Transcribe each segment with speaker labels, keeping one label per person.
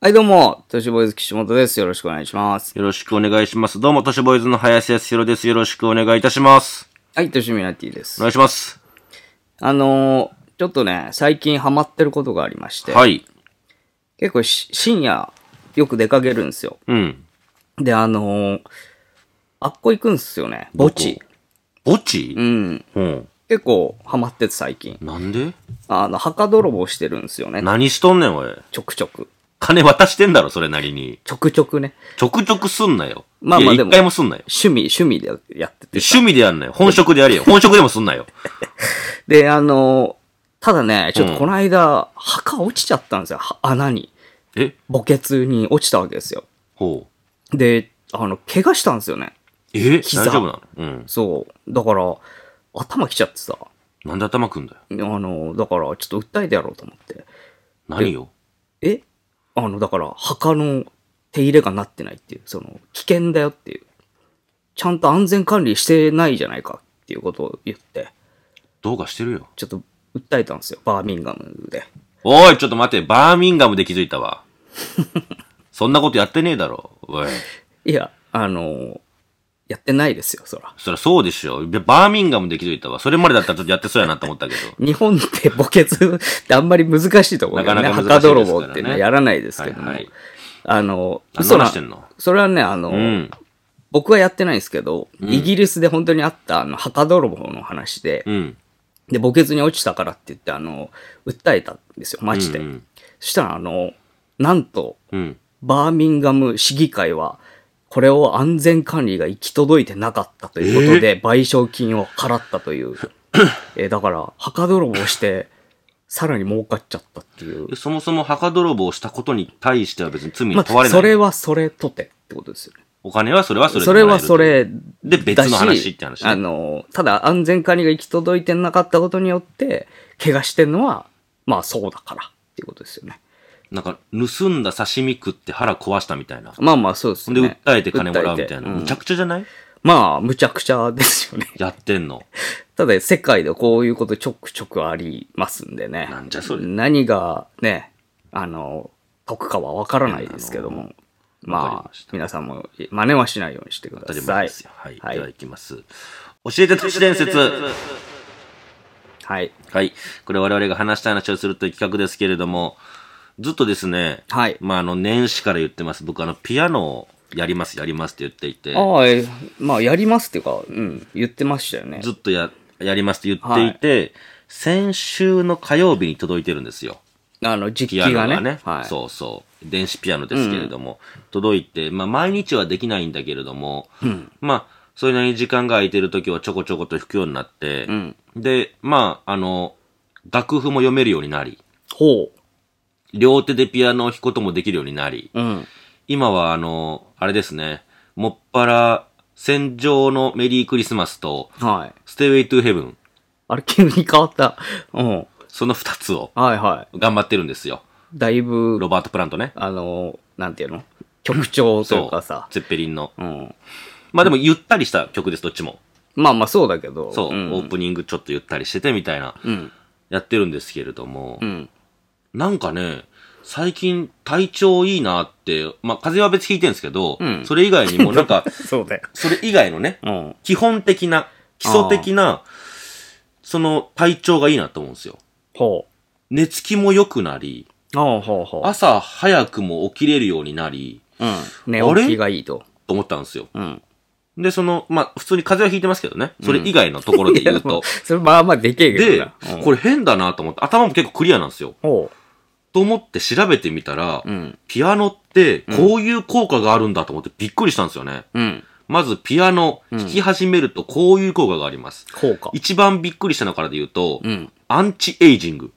Speaker 1: はい、どうも、都市ボーイズ岸本です。よろしくお願いします。
Speaker 2: よろしくお願いします。どうも、都市ボーイズの林康弘です。よろしくお願いいたします。
Speaker 1: はい、都市ミナティで
Speaker 2: お
Speaker 1: す。
Speaker 2: 願いします。
Speaker 1: あのー、ちょっとね、最近ハマってることがありまして、
Speaker 2: はい。
Speaker 1: 結構し深夜、よく出かけるんですよ。
Speaker 2: うん。
Speaker 1: で、あのー、あっこ行くんですよね。墓地。
Speaker 2: 墓地
Speaker 1: うん。
Speaker 2: うん。
Speaker 1: 結構ハマってて最近。
Speaker 2: なんで
Speaker 1: あの、墓泥棒してるんですよね。
Speaker 2: 何しとんねん、おい。
Speaker 1: ちょくちょく。
Speaker 2: 金渡してんだろ、それなりに。
Speaker 1: ちょくちょくね。
Speaker 2: ちょくちょくすんなよ。
Speaker 1: まあまあ
Speaker 2: いや
Speaker 1: でも
Speaker 2: 一回もすんなよ。
Speaker 1: 趣味、趣味でやってて。
Speaker 2: 趣味でやんなよ。本職でやれよ。本職でもすんなよ。
Speaker 1: で、あのー、ただね、ちょっと
Speaker 2: うん
Speaker 1: この間、墓落ちちゃったんですよ。は穴に。
Speaker 2: え
Speaker 1: 墓穴に落ちたわけですよ。
Speaker 2: ほう。
Speaker 1: で、あの、怪我したんですよね。
Speaker 2: え
Speaker 1: 膝
Speaker 2: 大丈夫なのうん。
Speaker 1: そう。だから、頭きちゃってさ、あ
Speaker 2: なんで頭くんだよ。
Speaker 1: の、だから、ちょっと訴えてやろうと思って。
Speaker 2: 何よ。
Speaker 1: えあの、だから、墓の手入れがなってないっていう、その、危険だよっていう。ちゃんと安全管理してないじゃないかっていうことを言って、
Speaker 2: どうかしてるよ。
Speaker 1: ちょっと訴えたんですよ。バーミンガムで。
Speaker 2: おい、ちょっと待て。バーミンガムで気づいた わ。そんなことやってねえだろ。おい。
Speaker 1: いや、あの、やってないですよ、そら。
Speaker 2: そりゃそうでしょ。でバーミンガムで気づいたわ。それまでだったらちょっとやってそうやなと 思ったけど。
Speaker 1: 日本って墓穴ってあんまり難しいところだよね。
Speaker 2: なかなか
Speaker 1: 墓
Speaker 2: 難しいですから
Speaker 1: 泥
Speaker 2: ね
Speaker 1: 棒っていうのはやらないですけども。
Speaker 2: はいはい
Speaker 1: あの、
Speaker 2: 何
Speaker 1: 嘘な
Speaker 2: 話してんの
Speaker 1: それはね、あの、
Speaker 2: うん。
Speaker 1: 僕はやってないんですけど、イギリスで本当にあったあの墓泥棒の話で、
Speaker 2: うん。
Speaker 1: で、墓穴に落ちたからって言って、あの、訴えたんですよ、街で。
Speaker 2: うんうん
Speaker 1: そしたら、あの、なんと、
Speaker 2: うん。
Speaker 1: バーミンガム市議会は、これを安全管理が行き届いてなかったということで、賠償金を払ったと いう。えーだから、墓泥棒して、さらに儲かっちゃったっていう
Speaker 2: で。そもそも墓泥棒をしたことに対しては別に罪に
Speaker 1: ま
Speaker 2: 問わ
Speaker 1: あ、
Speaker 2: れない。
Speaker 1: それはそれとてってことですよね。
Speaker 2: お金はそれはそれで
Speaker 1: それはそ
Speaker 2: もらえ
Speaker 1: れ
Speaker 2: るで別の話って話
Speaker 1: だ
Speaker 2: ね
Speaker 1: しあの、ただ安全管理が行き届いてなかったことによって、怪我してんのは、まあそうだからっていうことですよね。
Speaker 2: と。なんか、盗んだ刺身食って腹壊したみたいな。
Speaker 1: まあまあそうです
Speaker 2: ほん
Speaker 1: よね
Speaker 2: で、。訴えて金もらうみたいな。
Speaker 1: 訴えて
Speaker 2: むちゃくちゃじゃない
Speaker 1: まあ、むちゃくちゃですよね。
Speaker 2: やってんの。
Speaker 1: ただ、世界でこういうことちょくちょくありますんでね。
Speaker 2: なんじゃそれ
Speaker 1: 何がね、あの、得かはわからないですけども。
Speaker 2: わ
Speaker 1: ま
Speaker 2: かり
Speaker 1: あ
Speaker 2: まし、た
Speaker 1: 皆さんも真似はしないようにしてく
Speaker 2: 当た
Speaker 1: だ
Speaker 2: り
Speaker 1: さ
Speaker 2: 前
Speaker 1: い
Speaker 2: ですよ。。はい。
Speaker 1: は
Speaker 2: では行
Speaker 1: い。
Speaker 2: きます。教えて都市伝説。
Speaker 1: はい。
Speaker 2: はい。これ我々が話したい話をするという企画ですけれども、ずっとですね、
Speaker 1: はい
Speaker 2: まあ、あの、年始から言ってます。僕、あの、ピアノをやります、やりますって言っていて、
Speaker 1: ああ、えまあ、やりますっていうか、うん、言ってましたよね。
Speaker 2: ずっとや、やりますって言っていて、先週の火曜日に届いてるんですよ。
Speaker 1: あの、実機
Speaker 2: ピアノ
Speaker 1: が
Speaker 2: が
Speaker 1: ね。
Speaker 2: ね。
Speaker 1: はい。
Speaker 2: そうそう。電子ピアノですけれども、届いて、まあ、毎日はできないんだけれども、まあ、それなりに時間が空いてる時はちょこちょこと弾くようになって、
Speaker 1: ん
Speaker 2: で、まあ、あの、楽譜も読めるようになり、
Speaker 1: ほ
Speaker 2: 両手でピアノを弾くこともできるようになり、
Speaker 1: う。うん。
Speaker 2: 今はあの、あれですね、もっぱら、戦場のメリークリスマスと、
Speaker 1: はい。
Speaker 2: ステイウェイトゥーヘブン、
Speaker 1: あれ、急に変わった。うん。
Speaker 2: その二つを
Speaker 1: はいはい。
Speaker 2: 頑張ってるんですよ。
Speaker 1: だいぶ
Speaker 2: ロ、バート・プラントね。
Speaker 1: あの、なんていうの曲調というかさ。
Speaker 2: ゼッペリンの。
Speaker 1: うん。
Speaker 2: まあでも、ゆったりした曲です、どっちも。
Speaker 1: まあまあ、そうだけど。
Speaker 2: そう、
Speaker 1: ん
Speaker 2: オープニングちょっとゆったりしててみたいな、
Speaker 1: うん。
Speaker 2: やってるんですけれども、
Speaker 1: うん。
Speaker 2: なんかね、最近体調いいなって、まあ風邪は別に弾いてるんですけど、
Speaker 1: うん
Speaker 2: それ以外にもなん か、
Speaker 1: そうだよ。
Speaker 2: それ以外のね、
Speaker 1: うん。
Speaker 2: 基本的な、基礎的な、その体調がいいなと思うんですよ。
Speaker 1: ほ
Speaker 2: 寝つきも良くなり、
Speaker 1: う。ああ、ほうほう。
Speaker 2: 朝早くも起きれるようになり、
Speaker 1: うん。寝
Speaker 2: あれ
Speaker 1: 起きがいいと。
Speaker 2: と思ったんですよ。
Speaker 1: うん。
Speaker 2: で、その、まあ、普通に風邪はひいてますけどね。それ以外のところで言う
Speaker 1: いやも
Speaker 2: と。
Speaker 1: それまあまあでけえけど
Speaker 2: で
Speaker 1: な。うん、
Speaker 2: これ変だなと思って、頭も結構クリアなんですよ。
Speaker 1: ほ
Speaker 2: と思って調べてみたら、
Speaker 1: う。うん。
Speaker 2: ピアノってこういう効果があるんだと思ってびっくりしたんですよね。
Speaker 1: うん。
Speaker 2: まずピアノ弾き始めるとこういう効果があります。
Speaker 1: ほうか。
Speaker 2: 一番びっくりしたのからで言うと、
Speaker 1: うん。
Speaker 2: アンチエイジング。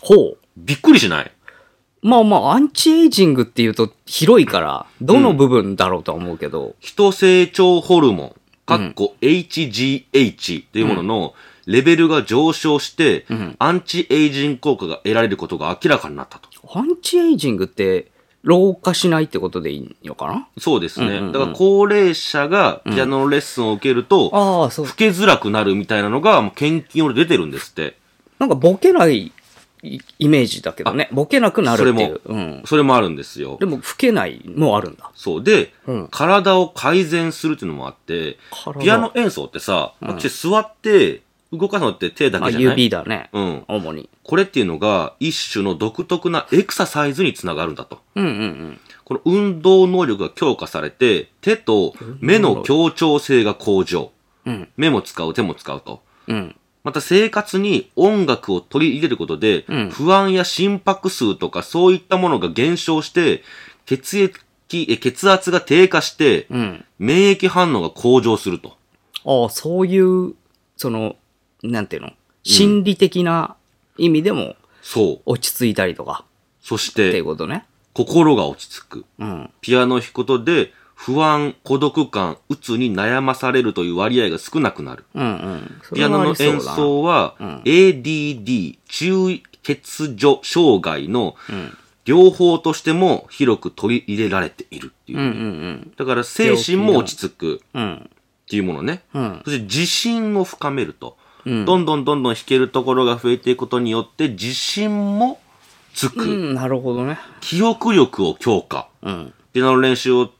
Speaker 1: ほう。
Speaker 2: びっくりしない
Speaker 1: まあまあ、アンチエイジングっていうと広いから、どの部分だろうとは思うけど、
Speaker 2: 人成長ホルモン、かっこ HGH というもののレベルが上昇して、アンチエイジング効果が得られることが明らかになったと。
Speaker 1: アンチエイジングって、老化しないってことでいいのかな
Speaker 2: そうですね。
Speaker 1: うんうんうん
Speaker 2: だから高齢者がピアノのレッスンを受けると、
Speaker 1: ああ、そう
Speaker 2: 老。けづらくなるみたいなのが、もう研究により出てるんですって。
Speaker 1: なんかボケないイイメージだけどね。ボケなくなるっていう。
Speaker 2: そ
Speaker 1: うん。
Speaker 2: それもあるんですよ
Speaker 1: で。も、老けないもあるんだ。
Speaker 2: そう。で、
Speaker 1: うん
Speaker 2: 体を改善するっていうのもあって
Speaker 1: 体、
Speaker 2: ピアノ演奏ってさ、私座って動かすのって手だ
Speaker 1: まあ、
Speaker 2: けじゃない
Speaker 1: 指だね。
Speaker 2: うん。
Speaker 1: 主に。
Speaker 2: これっていうのが一種の独特なエクササイズにつながるんだと。
Speaker 1: うんうんうん。
Speaker 2: この運動能力が強化されて、手と目の協調性が向上。
Speaker 1: うん
Speaker 2: 目も使う、手も使うと。
Speaker 1: うん。
Speaker 2: また生活に音楽を取り入れることで、
Speaker 1: ん
Speaker 2: 不安や心拍数とかそういったものが減少して、血液、え血圧が低下して、
Speaker 1: うん。
Speaker 2: 免疫反応が向上すると。
Speaker 1: ああ、そういう、その、なんていうの心理的な意味でも
Speaker 2: そう。
Speaker 1: 落ち着いたりとか、
Speaker 2: そし
Speaker 1: ってい
Speaker 2: て
Speaker 1: う、ことね。
Speaker 2: 心が落ち着く。
Speaker 1: うん。
Speaker 2: ピアノを弾くことで、不安、孤独感、鬱に悩まされるという割合が少なくなる。
Speaker 1: うんうん。そ
Speaker 2: ピ
Speaker 1: れ
Speaker 2: ア
Speaker 1: は
Speaker 2: ノ
Speaker 1: あり
Speaker 2: の
Speaker 1: そうだ
Speaker 2: 演
Speaker 1: な
Speaker 2: 奏は、ADD、中欠如障害の両方としても広く取り入れられているっていう。
Speaker 1: うんうん
Speaker 2: だから精神も落ち着く
Speaker 1: うん。うん。
Speaker 2: っていうものね。
Speaker 1: うん。
Speaker 2: そして自信を深めると。どんどんどんどん弾けるところが増えていくことによって自信もつく。
Speaker 1: うん、なるほどね。
Speaker 2: 記憶力を強化。
Speaker 1: うん。
Speaker 2: ピアノの練習を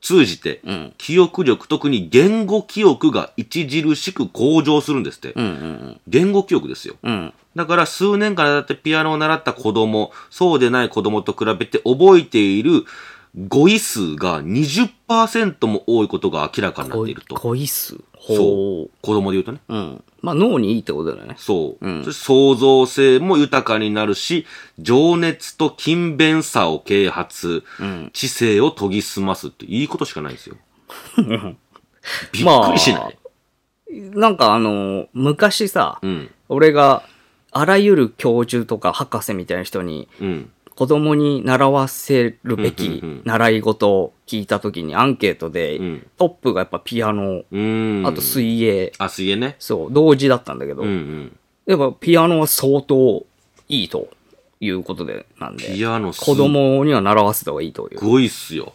Speaker 2: 通じて、
Speaker 1: ん
Speaker 2: 記憶力、特に言語記憶が著しく向上するんですって。
Speaker 1: うんうん
Speaker 2: 言語記憶ですよ。
Speaker 1: うん。うん。
Speaker 2: だから数年間だってピアノを習った子供、そうでない子供と比べて覚えている語彙数が20%も多いことが明らかになっていると。
Speaker 1: こいす。
Speaker 2: そ
Speaker 1: ほ
Speaker 2: う。子供で言うとね。
Speaker 1: う。うん。まあ、脳にいいってことだよね。
Speaker 2: そう。
Speaker 1: うん
Speaker 2: そして創造性も豊かになるし、情熱と勤勉さを啓発、
Speaker 1: うん。
Speaker 2: 知性を研ぎ澄ますっていいことしかないで すよ。びっくりしない、
Speaker 1: まあなんかあの、昔さ、
Speaker 2: うん。
Speaker 1: 俺が、あらゆる教授とか博士みたいな人に、
Speaker 2: うん。
Speaker 1: 子供に習わせるべ
Speaker 2: うん
Speaker 1: き
Speaker 2: うんうん
Speaker 1: 習い事を聞いたときにアンケートで、
Speaker 2: うん。
Speaker 1: トップがやっぱピアノ、
Speaker 2: うん。
Speaker 1: あと水泳、
Speaker 2: あ、水泳ね。
Speaker 1: そう、同時だったんだけど、
Speaker 2: うんうん。
Speaker 1: やっぱピアノは相当いいということで、なんで、
Speaker 2: ピアノす
Speaker 1: 子供には習わせた方がいいという。
Speaker 2: ごいっすよ。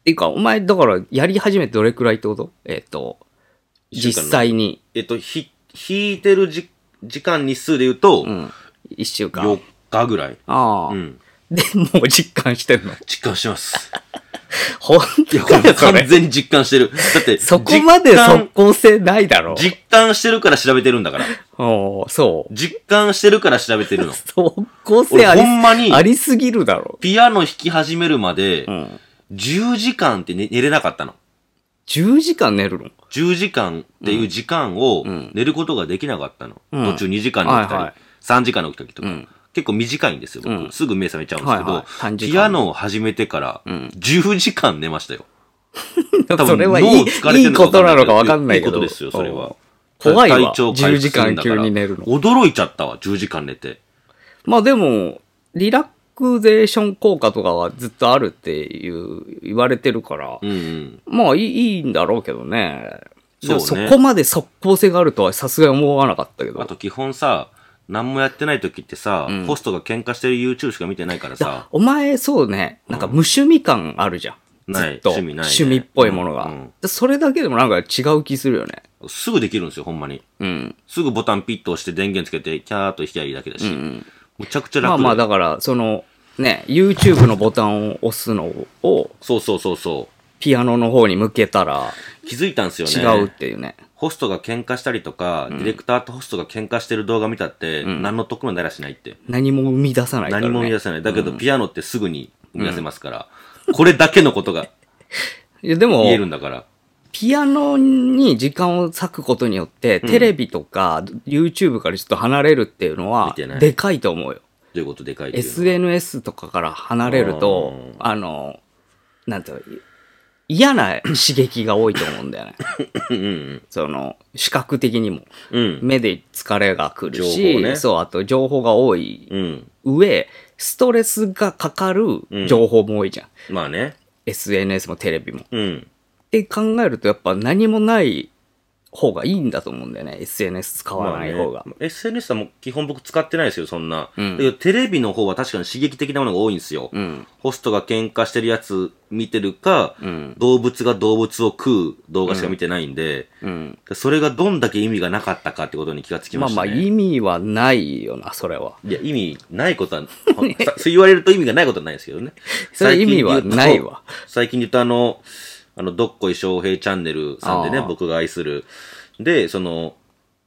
Speaker 1: っていうか、お前、だから、やり始めてどれくらいってことえっ、と、
Speaker 2: 一週間
Speaker 1: 実際に、
Speaker 2: えっと、ひ、弾いてるじ時間日数で言うと、
Speaker 1: うん、一週間。
Speaker 2: 4日ぐらい。
Speaker 1: ああ、
Speaker 2: うん。
Speaker 1: で、もう実感してんの。
Speaker 2: 実感し てます。
Speaker 1: ほん
Speaker 2: いや、
Speaker 1: と
Speaker 2: こ
Speaker 1: か
Speaker 2: れ
Speaker 1: よ、そ
Speaker 2: 完
Speaker 1: れ。
Speaker 2: 全に実感してる。だって、
Speaker 1: そこまで
Speaker 2: 実
Speaker 1: 即
Speaker 2: 感、
Speaker 1: 効性ないだろ。
Speaker 2: 実感してるから調べてるんだから。
Speaker 1: おう そう。
Speaker 2: 実感してるから調 べてるの。
Speaker 1: 即効性あ
Speaker 2: 俺
Speaker 1: り
Speaker 2: ほんまに
Speaker 1: あ、りすぎるだろ。
Speaker 2: ピアノ弾き始めるまで
Speaker 1: う、ん。
Speaker 2: 10時間って寝寝れなかったの。
Speaker 1: 10時間寝るの
Speaker 2: 10時間っていう時間を
Speaker 1: ん
Speaker 2: 寝ることができなかったの。
Speaker 1: うん
Speaker 2: 途中2時間に起き
Speaker 1: はい
Speaker 2: た
Speaker 1: はい
Speaker 2: り、3時間に起きたりとか。
Speaker 1: うん
Speaker 2: 結構短いんですよ、僕。
Speaker 1: うん
Speaker 2: すぐ目覚めちゃうんですけど、
Speaker 1: はいはい短時間
Speaker 2: ピアノを始めてから、10時間寝ましたよ。 分
Speaker 1: それはい
Speaker 2: 脳
Speaker 1: い
Speaker 2: 疲れてる
Speaker 1: いい
Speaker 2: のか分かんない
Speaker 1: ことなのかわかんないけど。
Speaker 2: いいことですよそれは
Speaker 1: うん。怖いわ。
Speaker 2: 体調回
Speaker 1: 10
Speaker 2: 復
Speaker 1: 時
Speaker 2: するん
Speaker 1: 間
Speaker 2: だから
Speaker 1: 急に寝るの。
Speaker 2: 驚いちゃったわ、10時間寝て。
Speaker 1: まあでも、リラクゼーション効果とかはずっとあるっていう、言われてるから、
Speaker 2: うんうん。
Speaker 1: まあいいいいんだろうけどね。でも
Speaker 2: そ
Speaker 1: そう
Speaker 2: ね
Speaker 1: こまで即効性があるとはさすがに思わなかったけど。
Speaker 2: あと基本さ、何もやってない時ってさ、
Speaker 1: ん
Speaker 2: ホストが喧嘩してる YouTube しか見てないから
Speaker 1: いや
Speaker 2: さ、
Speaker 1: お前そうね、なんか無趣味感あるじゃん。
Speaker 2: ない
Speaker 1: ずっと
Speaker 2: 趣味ないね
Speaker 1: 味っぽいものが、
Speaker 2: うん
Speaker 1: それだけでもなんか違う気するよね。
Speaker 2: すぐできるんですよ、ほんまに。
Speaker 1: うん。
Speaker 2: すぐボタンピッと押して電源つけて、キャーっと弾きゃいいだけだし、むちゃくちゃ楽
Speaker 1: まあ
Speaker 2: で
Speaker 1: まあだから、その、ね、YouTube のボタンを押すのを、
Speaker 2: そうそうそうそ
Speaker 1: ピアノの方に向けたら
Speaker 2: う。気づいたんですよ
Speaker 1: 違
Speaker 2: ね。
Speaker 1: うっていうね。
Speaker 2: ホストが喧嘩したりとか、ディレクターとホストが喧嘩してる動画見たって、何の得もならしないって。
Speaker 1: 何も生み出さないから、ね。
Speaker 2: 何も生み出せない。だけど、ピアノってすぐに生み出せますから、これだけのことが
Speaker 1: いやでも
Speaker 2: 言、えるんだから。
Speaker 1: ピアノに時間を割くことによって、テレビとか YouTube からちょっと離れるっていうの
Speaker 2: 見
Speaker 1: は
Speaker 2: てない、
Speaker 1: でかいと思うよ。
Speaker 2: ということでかいっていうのは
Speaker 1: SNS とかから離れると、あの、なんていうの嫌な刺激が多いと思うんだよ ね。その、視覚的にも。
Speaker 2: うん。
Speaker 1: 目で疲れが来るし、
Speaker 2: 情報ね
Speaker 1: そう、あと情報が多い
Speaker 2: うん。
Speaker 1: 上、ストレスがかかる情報も多いじゃん。
Speaker 2: まあね。
Speaker 1: SNS もテレビも。
Speaker 2: うん。
Speaker 1: って考えると、やっぱ何もない方がいいんだと思うんだよね。SNS 使わない方が。
Speaker 2: まあね SNS はもう基本僕使ってないですよ、そんな。
Speaker 1: うん
Speaker 2: だけどテレビの方は確かに刺激的なものが多いんですよ。
Speaker 1: うん。
Speaker 2: ホストが喧嘩してるやつ見てるか、
Speaker 1: うん。
Speaker 2: 動物が動物を食う動画しか見てないんで、
Speaker 1: うん。
Speaker 2: それがどんだけ意味がなかったかってことに気がつき
Speaker 1: ま
Speaker 2: ま
Speaker 1: あ
Speaker 2: し
Speaker 1: ま
Speaker 2: た
Speaker 1: あ、
Speaker 2: ね。
Speaker 1: 意味はないよな、それは。
Speaker 2: いや、意味ないことは、 ほんさそう言われると意味がないことはないですけどね。
Speaker 1: それ
Speaker 2: 最近で言うと
Speaker 1: 意味はないわ。
Speaker 2: 最近で言うとあの、あの、どっこい翔平チャンネルさんでね
Speaker 1: あ、ー
Speaker 2: 僕が愛する。で、その、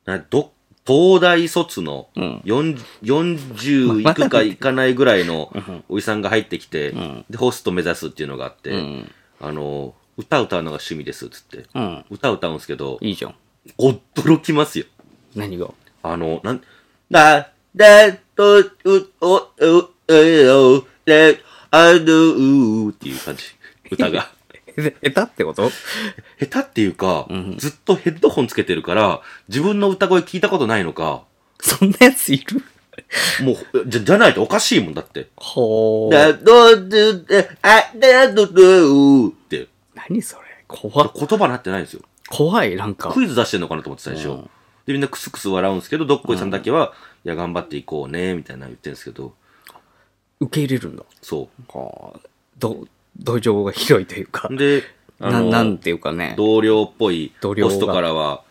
Speaker 2: など、東大卒の
Speaker 1: ん
Speaker 2: 40 40いくかいかないぐらい のおじさんが入ってきて、で、ホスト目指すっていうのがあって、
Speaker 1: うん。
Speaker 2: あの、歌歌うのが趣味ですっつって、
Speaker 1: うん。
Speaker 2: 歌歌うんですけど、
Speaker 1: いいじゃん。
Speaker 2: 驚きますよ。
Speaker 1: 何が。
Speaker 2: あの、なん、だ、だ、と、う、お、う、え、お、で、あの、う、っていう感じ。歌が。
Speaker 1: え、下手ってこと
Speaker 2: 下手っていうか、ずっとヘッドホンつけてるから、自分の歌声聞いたことないのか、
Speaker 1: そんなやついる
Speaker 2: もう、じゃ、じゃないとおかしいもんだって。
Speaker 1: ほー。
Speaker 2: だ、ど、ど、で、あ、だ、ど、ど、う、って、
Speaker 1: 何それ怖っ
Speaker 2: 言葉になってないんですよ。
Speaker 1: 怖い、なんか。
Speaker 2: クイズ出してんのかなと思って最初。
Speaker 1: うん
Speaker 2: で、みんなクスクス笑うんですけど、どっこいさんだけは、いや、頑張っていこうね、みたいなの言ってるんですけど、
Speaker 1: 受け入れるんだ。
Speaker 2: そ
Speaker 1: はあ。ど、土壌が広いというか
Speaker 2: う。。で、あ
Speaker 1: な
Speaker 2: の
Speaker 1: なんていうかね。
Speaker 2: 同僚っぽい
Speaker 1: 同僚
Speaker 2: ホ
Speaker 1: が
Speaker 2: ストからは、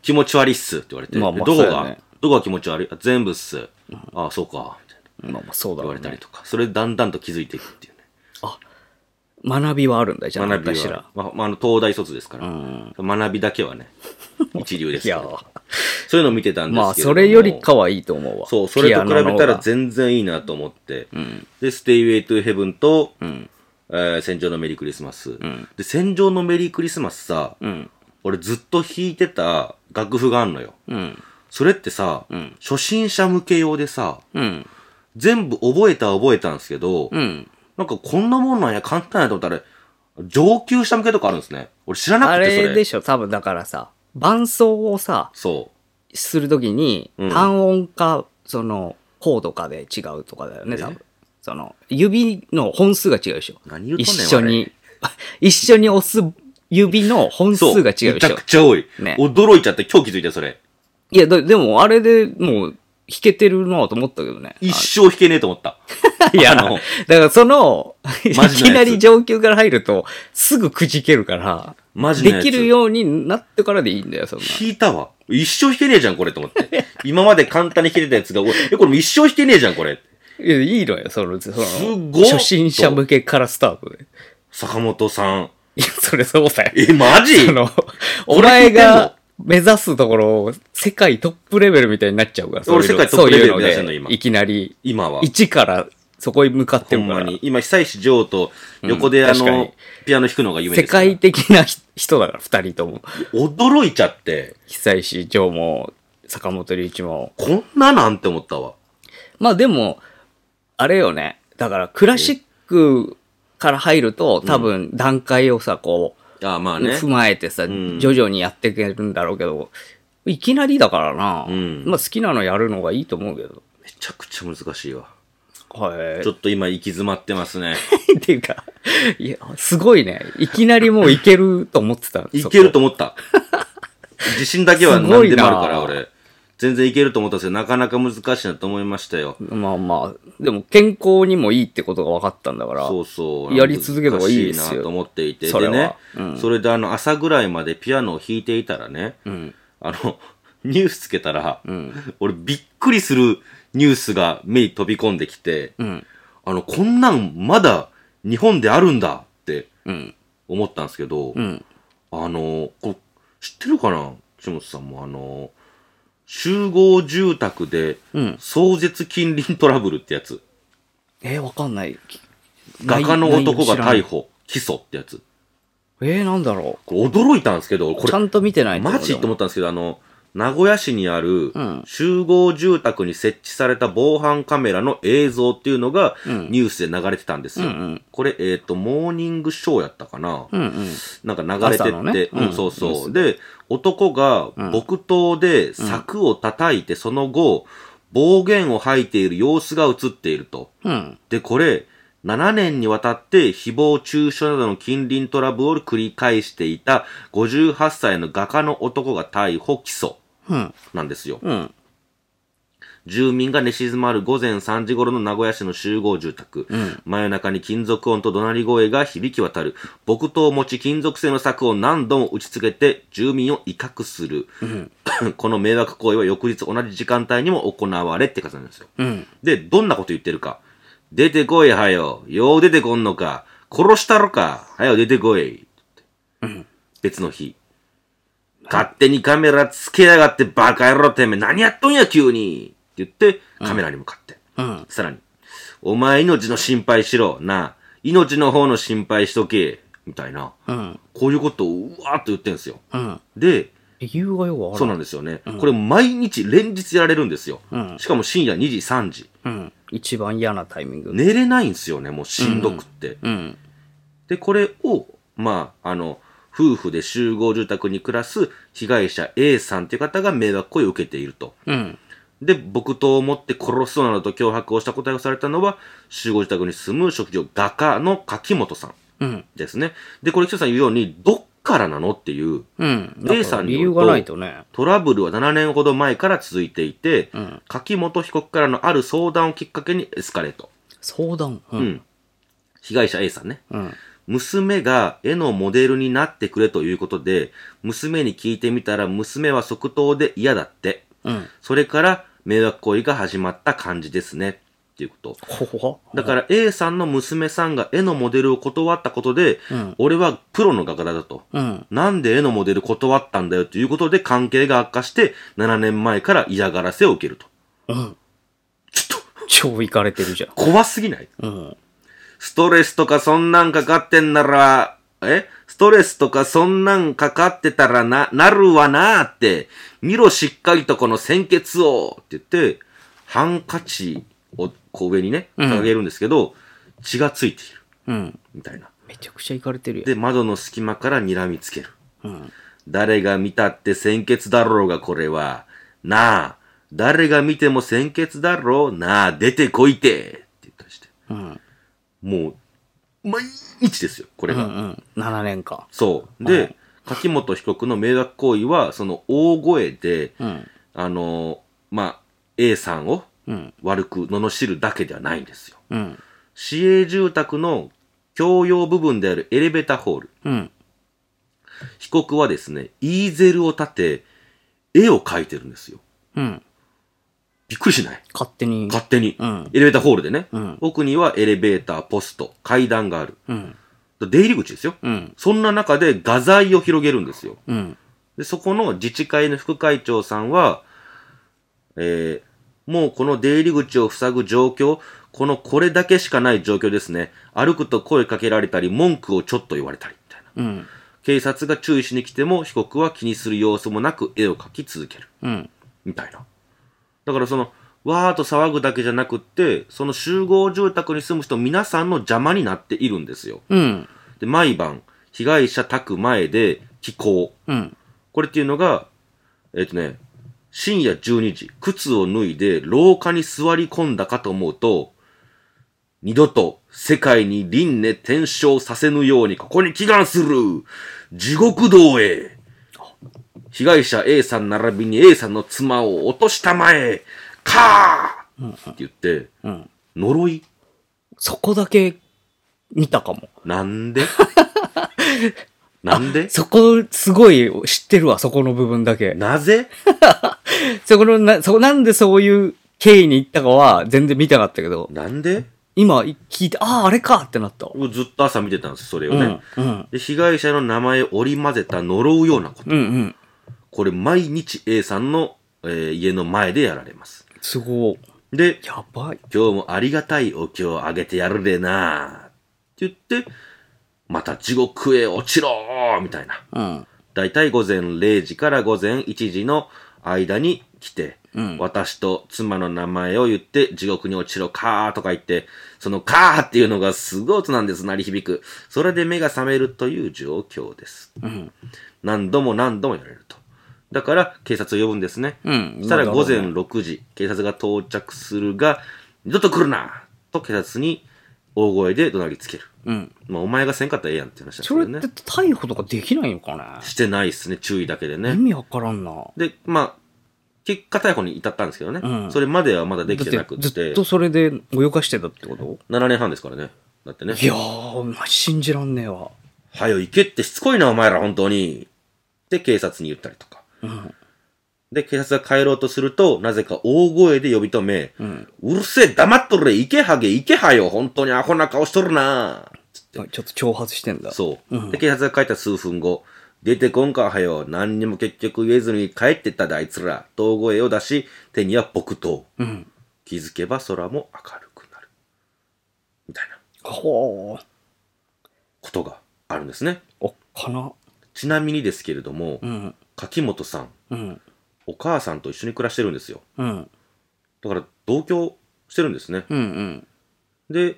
Speaker 2: 気持ち悪いっすって言われて、
Speaker 1: まあまあ
Speaker 2: どこ
Speaker 1: そう
Speaker 2: が、
Speaker 1: だよね
Speaker 2: どこが気持ち悪いあ全部っす。ああ、そうか。みたいな
Speaker 1: まあまあ、そうだ
Speaker 2: 言
Speaker 1: ろう
Speaker 2: われたり
Speaker 1: ね。
Speaker 2: とか、それでだんだんと気づいていくっていうね。
Speaker 1: 学びはあるんだ、じゃあ。
Speaker 2: 学
Speaker 1: 何
Speaker 2: び
Speaker 1: かし
Speaker 2: は
Speaker 1: ら。、
Speaker 2: まあ、まあ、あの東大卒ですか
Speaker 1: う
Speaker 2: ら、
Speaker 1: ん。
Speaker 2: 学びだけ はね、一流です
Speaker 1: い
Speaker 2: けど
Speaker 1: や、
Speaker 2: そういうのを見てたんですけれども
Speaker 1: まあ、それよりかはいいと思うわ。
Speaker 2: そう、それと比べたら
Speaker 1: 全
Speaker 2: 全然いいなと思って、で、ステイウェイトゥヘブンと、
Speaker 1: ん
Speaker 2: えー戦場のメリークリスマス、
Speaker 1: ん
Speaker 2: で、戦場のメリークリスマスさ、
Speaker 1: うん。
Speaker 2: 俺ずっと弾いてた楽譜があんのよ。
Speaker 1: うん。
Speaker 2: それってさ、
Speaker 1: ん
Speaker 2: 初心者向け用でさ、
Speaker 1: うん。
Speaker 2: 全部覚えたは覚えたんですけど、
Speaker 1: うん。
Speaker 2: なんかこんなもんなんや、簡単やと思ったら、上級者向けとかあるんですね。俺知らな
Speaker 1: あ
Speaker 2: くて、それ。
Speaker 1: れでしょ、多分だからさ、伴奏をさ、
Speaker 2: そ
Speaker 1: するときに
Speaker 2: うん、
Speaker 1: 単音か、その、コードかで違うとかだよね、
Speaker 2: え
Speaker 1: 多分。その、指の本数が違うでしょ。
Speaker 2: う。何言うとんねん
Speaker 1: 一緒。に、 一緒に押す指の本
Speaker 2: 俺そう。
Speaker 1: 数が違うで
Speaker 2: めちゃ
Speaker 1: しょ
Speaker 2: く。ちゃ多い。
Speaker 1: ね
Speaker 2: 驚いちゃって今日気づいたよそれ。
Speaker 1: いや、だでも、あれでもう、弾けてるなと思ったけどね。
Speaker 2: 一生弾けねえと思った。
Speaker 1: いや、
Speaker 2: あ
Speaker 1: だ
Speaker 2: の
Speaker 1: からその、い
Speaker 2: マジのやつ
Speaker 1: きなり上級から入ると、すぐくじけるから、
Speaker 2: マジの
Speaker 1: で
Speaker 2: やつ
Speaker 1: きるようになってからでいいんだよ、そんな。
Speaker 2: 弾いたわ。一生弾けねえじゃん、これと思って。今まで簡単に弾けてたやつが、おいえ、これもう一生弾けねえじゃん、これ。
Speaker 1: いや、いいのよ、その、その
Speaker 2: すごっ
Speaker 1: 初心者向けからスタートで。
Speaker 2: 坂本さん。
Speaker 1: いや、それそうだよ。
Speaker 2: え、マジ
Speaker 1: あの、
Speaker 2: 聞いてんの
Speaker 1: お前が目指すところを世界トップレベルみたいになっちゃうから、
Speaker 2: 俺
Speaker 1: そういう
Speaker 2: 世界トップレベル
Speaker 1: そう
Speaker 2: 目
Speaker 1: い
Speaker 2: 指し
Speaker 1: う
Speaker 2: て
Speaker 1: の
Speaker 2: んの
Speaker 1: で
Speaker 2: 今
Speaker 1: いきなり、
Speaker 2: 今は。
Speaker 1: 1からそこに向かって
Speaker 2: ほ
Speaker 1: る
Speaker 2: ん
Speaker 1: か
Speaker 2: ま
Speaker 1: ら
Speaker 2: に。、今、久石譲と横で、
Speaker 1: うん
Speaker 2: あ
Speaker 1: 確か
Speaker 2: の
Speaker 1: に、
Speaker 2: ピアノ弾くのが夢
Speaker 1: 世
Speaker 2: ですから。
Speaker 1: 界的な人人だから、二人とも。
Speaker 2: 驚いちゃって、
Speaker 1: 久石譲も、坂本龍一も。
Speaker 2: こんななんて思ったわ。
Speaker 1: まあでも、あれよね。だから、クラシックから入ると、多分、段階をさ、こう、
Speaker 2: ああ、まあね。
Speaker 1: 踏まえてさ、
Speaker 2: ん
Speaker 1: 徐々にやっていけるんだろうけど、いきなりだからな、
Speaker 2: うん
Speaker 1: まあ好きなのやるのがいいと思うけど。
Speaker 2: めちゃくちゃ難しいわ。
Speaker 1: はい。
Speaker 2: ちょっと今、行き詰まってますね。
Speaker 1: っていうか、いや、すごいね。いきなりもういけると思ってた。
Speaker 2: いけると
Speaker 1: 思
Speaker 2: 思った。自信だけは
Speaker 1: すご
Speaker 2: 何
Speaker 1: い
Speaker 2: で
Speaker 1: な
Speaker 2: もあるから、俺。全然いけると思ったんですけど、なかなか難しいなと思いましたよ。
Speaker 1: まあまあ、でも健康にもいいってことが分かったんだから。
Speaker 2: そうそう。
Speaker 1: やり続けた方がいいですよ
Speaker 2: 難しなと思っていて。
Speaker 1: それ
Speaker 2: で
Speaker 1: は
Speaker 2: ね、
Speaker 1: うん
Speaker 2: それであの、朝ぐらいまでピアノを弾いていたらね、
Speaker 1: ん
Speaker 2: あの、ニュースつけたら、
Speaker 1: ん
Speaker 2: 俺びっくりするニュースが目に飛び込んできて、
Speaker 1: うん。
Speaker 2: あの、こんなんまだ日本であるんだって
Speaker 1: うん。
Speaker 2: 思ったんですけど、
Speaker 1: うん。
Speaker 2: あの、こ知ってるかな岸本さんも、あの、集合住宅で
Speaker 1: うん。
Speaker 2: 壮絶近隣トラブルってやつ。
Speaker 1: えー、わかんない。
Speaker 2: 画家の男が逮
Speaker 1: 捕。
Speaker 2: 捕、起訴ってやつ。
Speaker 1: えー、なんだろ
Speaker 2: これ驚いたんですけど、こ
Speaker 1: う。ちゃ
Speaker 2: れ、
Speaker 1: んと見てない
Speaker 2: マジと思
Speaker 1: っ
Speaker 2: ったんですけど、あの、名古屋市にある
Speaker 1: うん
Speaker 2: 集合住宅に設置された防犯カメラの映像っていうのが
Speaker 1: うん
Speaker 2: ニュースで流れてたんですよ。
Speaker 1: うんうん
Speaker 2: これ、えっ、と、モーニングショーやったかな、
Speaker 1: うんうん。
Speaker 2: なんか流れて
Speaker 1: 朝のね
Speaker 2: って、うん
Speaker 1: うん
Speaker 2: そう
Speaker 1: ニュー
Speaker 2: そう。
Speaker 1: ス
Speaker 2: で、男が木刀で柵を叩いて、その後、暴言を吐いている様子が映っていると。
Speaker 1: うん。
Speaker 2: で、これ、 7年にわたって誹謗中傷などの近隣トラブルを繰り返していた58歳の画家の男が逮捕起訴
Speaker 1: うん。
Speaker 2: なんですよ。
Speaker 1: うん。
Speaker 2: 住民が寝静まる午前3時頃の名古屋市の集合住宅。
Speaker 1: うん。
Speaker 2: 真夜中に金属音と怒鳴り声が響き渡る。木刀を持ち金属製の柵を何度も打ちつけて住民を威嚇する。この迷惑行為は翌日同じ時間帯にも行われって感じなんですよ。
Speaker 1: うん。
Speaker 2: で、どんなこと言ってるか。出てこい、はよ。よう出てこんのか。殺したろか。はよ、出てこい。別の日。勝手にカメラつけやがってバカ野郎てめえ何やっとんや急にって言ってカメラに向かって。
Speaker 1: うん。
Speaker 2: さらに、お前命の心配しろ。なあ、命の方の心配しとけ。みたいな。
Speaker 1: うん。
Speaker 2: こういうことをうわーっと言ってんですよ。
Speaker 1: うん。
Speaker 2: で、
Speaker 1: 理由がよくわか
Speaker 2: そう
Speaker 1: ら。
Speaker 2: なんんですよね。これ毎日連日やられるんですよ。
Speaker 1: うん
Speaker 2: しかも深夜2時、3時。
Speaker 1: うん。一番嫌なタイミング。
Speaker 2: 寝れないんですよね、もうしんどくって。
Speaker 1: うん。
Speaker 2: で、これを、まあ、あの、夫婦で集合住宅に暮らす被害者 A さんという方が迷惑行為を受けていると。
Speaker 1: うん。
Speaker 2: で、木刀を持って殺すなどと脅迫をした答えをされたのは、集合住宅に住む職業画家の柿本さん
Speaker 1: うん。
Speaker 2: ですね。で、これ、紀藤さん言うように、どっからなのっていう、
Speaker 1: うん。
Speaker 2: 姉さんに
Speaker 1: 理由
Speaker 2: よると
Speaker 1: がないとね。
Speaker 2: トラブルは7年ほど前から続いていて、
Speaker 1: うん。
Speaker 2: 柿本被告からのある相談をきっかけにエスカレート。
Speaker 1: 相談。う。
Speaker 2: うんん。被害者 A さんね。
Speaker 1: うん。
Speaker 2: 娘が絵のモデルになってくれということで、娘に聞いてみたら娘は即答で嫌だって。
Speaker 1: うん。
Speaker 2: それから迷惑行為が始まった感じですね。っていうこと。
Speaker 1: 怖っ
Speaker 2: だから A さんの娘さんが絵のモデルを断ったことで、
Speaker 1: うん
Speaker 2: 俺はプロの画家だと。
Speaker 1: うん。
Speaker 2: なんで絵のモデル断ったんだよということで関係が悪化して、7年前から嫌がらせを受けると。
Speaker 1: うん。
Speaker 2: ちょっと、
Speaker 1: 超いかれてるじゃん。
Speaker 2: 怖すぎない
Speaker 1: うん。
Speaker 2: ストレスとかそんなんかかってんなら、えストレスとかそんなんかかってたらな、なるわなーって、見ろしっかりとこの鮮血をって言って、ハンカチをこう上にね、
Speaker 1: うん
Speaker 2: 掲げるんですけど、血がついている。
Speaker 1: うん。
Speaker 2: みたいな。
Speaker 1: めちゃくちゃいかれてるや
Speaker 2: で、窓の隙間から睨みつける。
Speaker 1: ん。うん。
Speaker 2: 誰が見たって鮮血だろうが、これは。なあ、誰が見ても鮮血だろうなあ、出てこいてって言ったりして。
Speaker 1: うん。
Speaker 2: もう、毎日ですよ、これ
Speaker 1: う
Speaker 2: が。
Speaker 1: ん。7年間。
Speaker 2: そう。で、
Speaker 1: はい
Speaker 2: 柿本被告の迷惑行為は、その大声で、
Speaker 1: うん。
Speaker 2: あのーまあ、A さんを
Speaker 1: うん。
Speaker 2: 悪く罵るだけではないんですよ。
Speaker 1: うん。
Speaker 2: 市営住宅の共用部分であるエレベーターホール。
Speaker 1: うん。
Speaker 2: 被告はですね、イーゼルを立て、絵を描いてるんですよ。
Speaker 1: うん。
Speaker 2: びっくりしない
Speaker 1: 勝手に。
Speaker 2: 勝手に。
Speaker 1: うん
Speaker 2: エレベーターホールでね。
Speaker 1: うん。
Speaker 2: 奥にはエレベーター、ポスト、階段がある。
Speaker 1: うん。
Speaker 2: 出入り口ですよ。
Speaker 1: うん。
Speaker 2: そんな中で画材を広げるんですよ。
Speaker 1: うん。
Speaker 2: で、そこの自治会の副会長さんは、えー、もうこの出入り口を塞ぐ状況、このこれだけしかない状況ですね。歩くと声かけられたり、文句をちょっと言われたり、みたいな。
Speaker 1: うん。
Speaker 2: 警察が注意しに来ても、被告は気にする様子もなく絵を描き続ける。
Speaker 1: うん。
Speaker 2: みたいな。だからその、わーっと騒ぐだけじゃなくって、その集合住宅に住む人皆さんの邪魔になっているんですよ。
Speaker 1: うん。
Speaker 2: で、毎晩、被害者宅前で気候。
Speaker 1: うん。
Speaker 2: これっていうのが、えっ、とね、深夜12時、靴を脱いで廊下に座り込んだかと思うと、二度と世界に輪廻転生させぬようにここに祈願する地獄道へ被害者 A さん並びに A さんの妻を落としたまえかーって言って、
Speaker 1: うん。
Speaker 2: 呪い
Speaker 1: そこだけ見たかも。
Speaker 2: なんでなんで
Speaker 1: そこ、すごい知ってるわ、そこの部分だけ。
Speaker 2: なぜ
Speaker 1: そこのな、そこなんでそういう経緯に行ったかは全然見たかったけど、
Speaker 2: なんで
Speaker 1: 今聞いて、ああ、あれかってなった。
Speaker 2: 僕ずっと朝見てたんです、それを
Speaker 1: う
Speaker 2: ね。
Speaker 1: ん。うん。
Speaker 2: で、被害者の名前を織り交ぜた呪うようなこと。
Speaker 1: うんうん。
Speaker 2: これ毎日 A さんの、えー家の前でやられます。
Speaker 1: すごい。
Speaker 2: で、
Speaker 1: やばい。
Speaker 2: 今日もありがたいお経をあげてやるでなって言って、また地獄へ落ちろーみたいな。
Speaker 1: うん。
Speaker 2: だいたい午前0時から午前1時の間に来て、
Speaker 1: うん
Speaker 2: 私と妻の名前を言って地獄に落ちろかーとか言って、そのかーっていうのがすごい音なんです、鳴り響く。それで目が覚めるという状況です。
Speaker 1: うん。
Speaker 2: 何度も何度もやられると。だから、警察を呼ぶんですね。
Speaker 1: うん。
Speaker 2: そしたら
Speaker 1: まあ
Speaker 2: 午前。
Speaker 1: なる
Speaker 2: 6時、警察が到着するが、二度と来るなと警察に大声で怒鳴りつける。
Speaker 1: うん。
Speaker 2: まあ、お前がせんかったらええやんって話なんです
Speaker 1: そ
Speaker 2: けど
Speaker 1: れ
Speaker 2: ね
Speaker 1: って。逮捕とかできないのかね
Speaker 2: してないっすね、注意だけで
Speaker 1: 意
Speaker 2: ね。
Speaker 1: 味わからんな。
Speaker 2: で、まあ、結果逮捕に至ったんですけどね。
Speaker 1: うん
Speaker 2: それまではまだできて
Speaker 1: だ
Speaker 2: な
Speaker 1: って
Speaker 2: く
Speaker 1: ず
Speaker 2: て、
Speaker 1: っとそれで泳がしてたってこと
Speaker 2: 7年半ですからね。だってね。
Speaker 1: いやー、ま信じらんねえわ。
Speaker 2: はよ行けってしつこいな、お前ら、本当に。で、警察に言ったりとか。
Speaker 1: うん。
Speaker 2: で、警察が帰ろうとすると、なぜか大声で呼び止め、
Speaker 1: うん。
Speaker 2: うるせえ、黙っとれ、行けはげ、行けはよ、本当にアホな顔しとるな。
Speaker 1: ちょっと挑発してんだ。
Speaker 2: そう。
Speaker 1: うん
Speaker 2: で、警察が帰った数分後、出てこんかはよ、何にも結局言えずに帰ってったで、あいつら。遠声を出し、手には木刀。
Speaker 1: う。うん。
Speaker 2: 気づけば空も明るくなる。みたいな
Speaker 1: ほー。
Speaker 2: ことがあるんですね。
Speaker 1: おっかな。
Speaker 2: ちなみにですけれども
Speaker 1: う、ん。
Speaker 2: 柿本さん、
Speaker 1: うん。
Speaker 2: お母さんと一緒に暮らしてるんですよ。
Speaker 1: うん。
Speaker 2: だから同居してるんですね。
Speaker 1: うん。うん。
Speaker 2: で、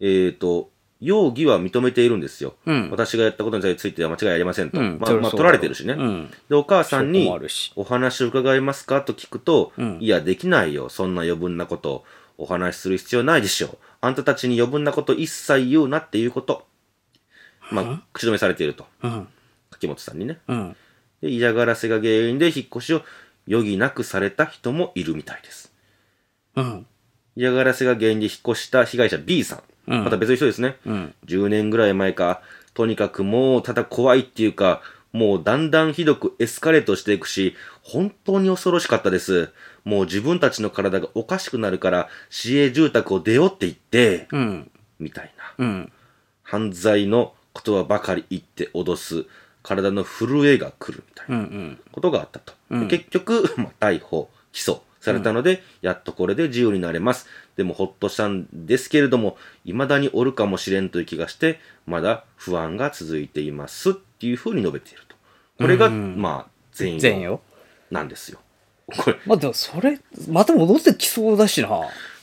Speaker 2: えっ、と、容疑は認めているんですよ。
Speaker 1: うん
Speaker 2: 私がやったことについては間違いありませんと。
Speaker 1: うん
Speaker 2: まあ、
Speaker 1: そりゃ
Speaker 2: まあ、
Speaker 1: そうだろう
Speaker 2: 取られてるしね。
Speaker 1: うん。
Speaker 2: で、お母さん
Speaker 1: 証拠
Speaker 2: に
Speaker 1: もあるし、
Speaker 2: お話を伺えますかと聞くと、
Speaker 1: うん
Speaker 2: いや、できないよ。そんな余分なこと、お話しする必要ないでしょう。あんたたちに余分なこと一切言うなっていうこと。まあ、口止めされていると。
Speaker 1: うん。
Speaker 2: 柿本さんにね。
Speaker 1: うん。
Speaker 2: で、嫌がらせが原因で引っ越しを余儀なくされた人もいるみたいです。
Speaker 1: うん。
Speaker 2: 嫌がらせが原因で引っ越した被害者 B さん。
Speaker 1: うん
Speaker 2: また別の人ですね。
Speaker 1: うん。
Speaker 2: 10年ぐらい前か。とにかくもうただ怖いっていうか、もうだんだんひどくエスカレートしていくし、本当に恐ろしかったです。もう自分たちの体がおかしくなるから、市営住宅を出ようって言って、
Speaker 1: うん。
Speaker 2: みたいな。
Speaker 1: うん。
Speaker 2: 犯罪の言葉ばかり言って脅す。体の震えが来るみたいな
Speaker 1: うん。うん。
Speaker 2: ことがあったと。で
Speaker 1: うん
Speaker 2: 結局、 まあ、逮捕、起訴されたので、やっとこれで自由になれます。でもほっとしたんですけれども、未だにおるかもしれんという気がして、まだ不安が続いていますっていうふうに述べていると。これが、まあ、全
Speaker 1: 全
Speaker 2: 員
Speaker 1: よ。
Speaker 2: なんですよ。これ、
Speaker 1: まあ、でもそれ、また戻ってきそうだしな。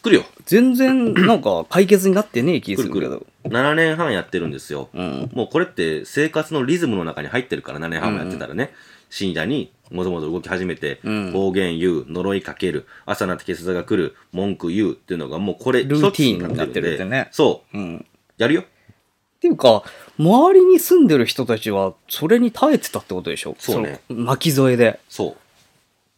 Speaker 2: 来るよ。
Speaker 1: 全 然、なんか、解決になってねえ気
Speaker 2: 来
Speaker 1: す
Speaker 2: る
Speaker 1: る
Speaker 2: 来
Speaker 1: け
Speaker 2: る
Speaker 1: ど。。
Speaker 2: 7年半やってるんですよ。
Speaker 1: うん。
Speaker 2: もうこれって生活のリズムの中に入ってるから、7年半もやってたらね、深夜にもぞもぞ動き始めて、
Speaker 1: うん
Speaker 2: 暴言言う、呪いかける、朝になって警察が来る、文句言うっていうのがもうこれ
Speaker 1: ルーティーンになってる
Speaker 2: 一
Speaker 1: っ
Speaker 2: つ
Speaker 1: て
Speaker 2: に
Speaker 1: ね
Speaker 2: なってるんでそう、
Speaker 1: うん。
Speaker 2: やるよ。
Speaker 1: っていうか、周りに住んでる人たちは、それに耐えてたってことでしょ
Speaker 2: そうね
Speaker 1: の巻き添えで。
Speaker 2: そ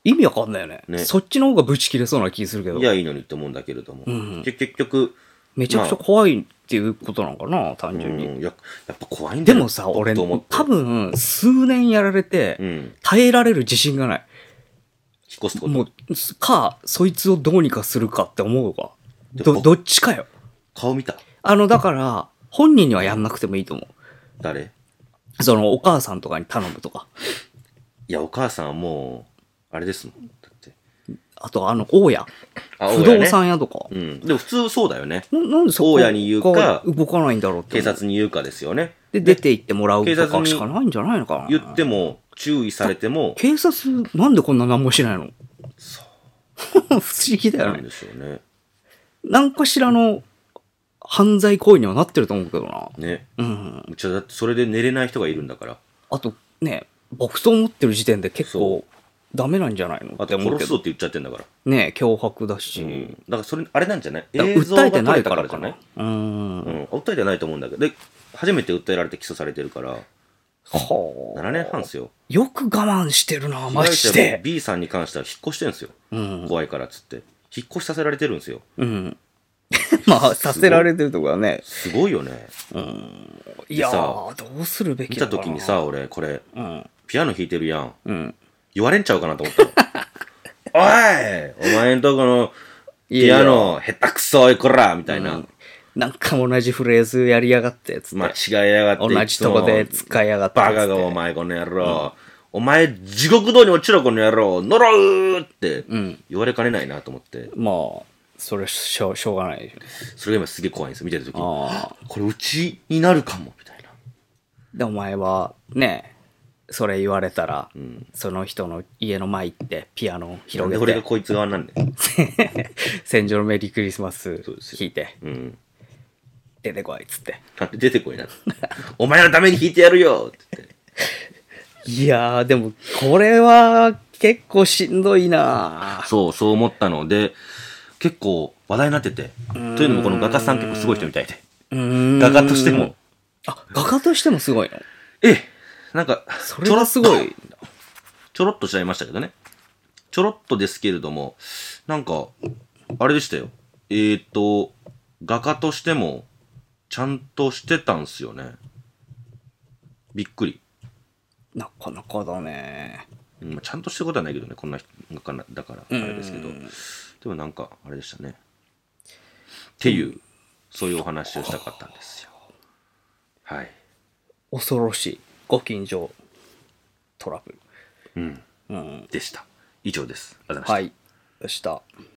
Speaker 1: 意味わかんないよね
Speaker 2: ね
Speaker 1: そっちの方がブチ切れそうな気するけ
Speaker 2: う。
Speaker 1: ど
Speaker 2: い。や、いいのにって思うんだけれども。
Speaker 1: うん
Speaker 2: け結局、
Speaker 1: めちゃくちゃ怖いっていうことなのかな、単
Speaker 2: う
Speaker 1: 純に。
Speaker 2: ん、ややっぱ怖いんだ
Speaker 1: で
Speaker 2: よ
Speaker 1: もさ、俺、
Speaker 2: と思って
Speaker 1: 多分、数年やられて、
Speaker 2: うん、引っ
Speaker 1: 耐えられる自信がない。
Speaker 2: 越すってこと
Speaker 1: もう、か、そいつをどうにかするかって思うわ。
Speaker 2: で
Speaker 1: ど、
Speaker 2: 僕
Speaker 1: どっちかよ。
Speaker 2: 顔見た
Speaker 1: あの、だから、本人にはやんなくてもいいと思
Speaker 2: 誰
Speaker 1: う。その、お母さんとかに頼むとか。
Speaker 2: いや、お母さんはもう、あれですもん。だって。
Speaker 1: あと、あの、大家。
Speaker 2: あ
Speaker 1: 不動。産屋とか
Speaker 2: 大家。ねうん。でも普通そうだよね。
Speaker 1: ななんでそこ
Speaker 2: 大家に言うか
Speaker 1: が動かないんだろうって
Speaker 2: 警
Speaker 1: 思う。
Speaker 2: 察に言うかですよね。
Speaker 1: で、出て行ってもらうと
Speaker 2: 警察
Speaker 1: か
Speaker 2: に
Speaker 1: しかないんじゃないのかな。
Speaker 2: 言っても、注意されても、
Speaker 1: 警察、なんでこんな何もしないの 不思議だよ
Speaker 2: なん
Speaker 1: ね。
Speaker 2: でしょうね。
Speaker 1: 何かしらの犯罪行為にはなってると思うけどな。
Speaker 2: ね。
Speaker 1: うん。
Speaker 2: うちはだってそれで寝れない人がいるんだから。
Speaker 1: あとね、木刀持ってる時点で結構
Speaker 2: そ
Speaker 1: ダメなんじゃないの
Speaker 2: あ
Speaker 1: って
Speaker 2: と
Speaker 1: 思う
Speaker 2: 殺
Speaker 1: け
Speaker 2: すぞっ
Speaker 1: ど。
Speaker 2: て言っちゃってんだから。
Speaker 1: ね脅迫だし。
Speaker 2: うん。だからそれ、あれなんじゃない
Speaker 1: だから
Speaker 2: 映像
Speaker 1: 訴
Speaker 2: が
Speaker 1: えて
Speaker 2: 撮
Speaker 1: ない
Speaker 2: れた
Speaker 1: か
Speaker 2: かららじ
Speaker 1: か
Speaker 2: ゃない
Speaker 1: な。うん。
Speaker 2: う
Speaker 1: は
Speaker 2: ん。訴えてないと思うんだけど。で、初めて訴えられて起訴されてるから、
Speaker 1: あ。
Speaker 2: 7年半ですよ。
Speaker 1: よく我慢してるな、マジ
Speaker 2: 被害者も
Speaker 1: で。
Speaker 2: B さんに関しては引っ越してるんですよ。
Speaker 1: うん。
Speaker 2: 怖いからっつって。引っ越しさせられてるんですよ。
Speaker 1: うん。 まあ、させられてるとかね。
Speaker 2: すごいよね。
Speaker 1: いや
Speaker 2: で
Speaker 1: ー、ど
Speaker 2: さ
Speaker 1: うするべき
Speaker 2: 見
Speaker 1: だ
Speaker 2: た
Speaker 1: ろうな
Speaker 2: 時に。さ、俺、これ、
Speaker 1: うん。
Speaker 2: ピアノ弾いてるやん。
Speaker 1: うん。
Speaker 2: 言われんちゃうかなと思 ったの。おいお前んとこの
Speaker 1: い
Speaker 2: ピ
Speaker 1: や
Speaker 2: ア
Speaker 1: いや
Speaker 2: ノ、下手くそおいこらみたいな。
Speaker 1: うんなんか同じフレーズやりやがって、つって
Speaker 2: 間。違えやがって。
Speaker 1: 同じとこで
Speaker 2: いつも
Speaker 1: 使いやがって。
Speaker 2: バカがお前この野郎。お前地獄道に落ちろこの野郎。呪うって
Speaker 1: ん
Speaker 2: 言われかねないなと思って。
Speaker 1: まあ、それしょう、しょうがないでし
Speaker 2: それが今すげえ怖いんですよ。見てる時に。
Speaker 1: ょ。ああ。
Speaker 2: これうちになるかも。みたいな。
Speaker 1: で、お前は、ね、それ言われたら、その人の家の前行って、ピアノを
Speaker 2: なん
Speaker 1: 広
Speaker 2: で
Speaker 1: げ
Speaker 2: 俺が
Speaker 1: て、
Speaker 2: こいつ側なんだよ。
Speaker 1: 戦場のメリークリスマス
Speaker 2: そうですよ
Speaker 1: 弾いて、
Speaker 2: うん。
Speaker 1: 出てこい、つって。
Speaker 2: なんで出てこ いな。お前のために弾いてやるよって言って。
Speaker 1: いやー、でも、これは、結構しんどいな
Speaker 2: そう、そう思ったので、結構話題になってて。というのもこの画家さん結構すごい人みたいで。
Speaker 1: 画
Speaker 2: 画家としても。。
Speaker 1: あ、画家としてもすごいの
Speaker 2: ええ、なんか、
Speaker 1: それはすごい。
Speaker 2: ちょろっとしちゃいましたけどね。ちょろっとですけれども、なんか、あれでしたよ。えーっ、と、画家としても、ちゃんとしてたんすよね。びっくり。
Speaker 1: なかなかだね。
Speaker 2: うんまあちゃんとしてることはないけどね、こんな人画家なだから、あれですけど。
Speaker 1: う
Speaker 2: で
Speaker 1: ん
Speaker 2: もなんか、あれでしたね。っていう、そういうお話をしたかったんですよ。はい。
Speaker 1: 恐ろしい。ご近所トラブ
Speaker 2: うん。
Speaker 1: ル。うん。
Speaker 2: でした。以上です。ありがとうございました。
Speaker 1: はい。でした。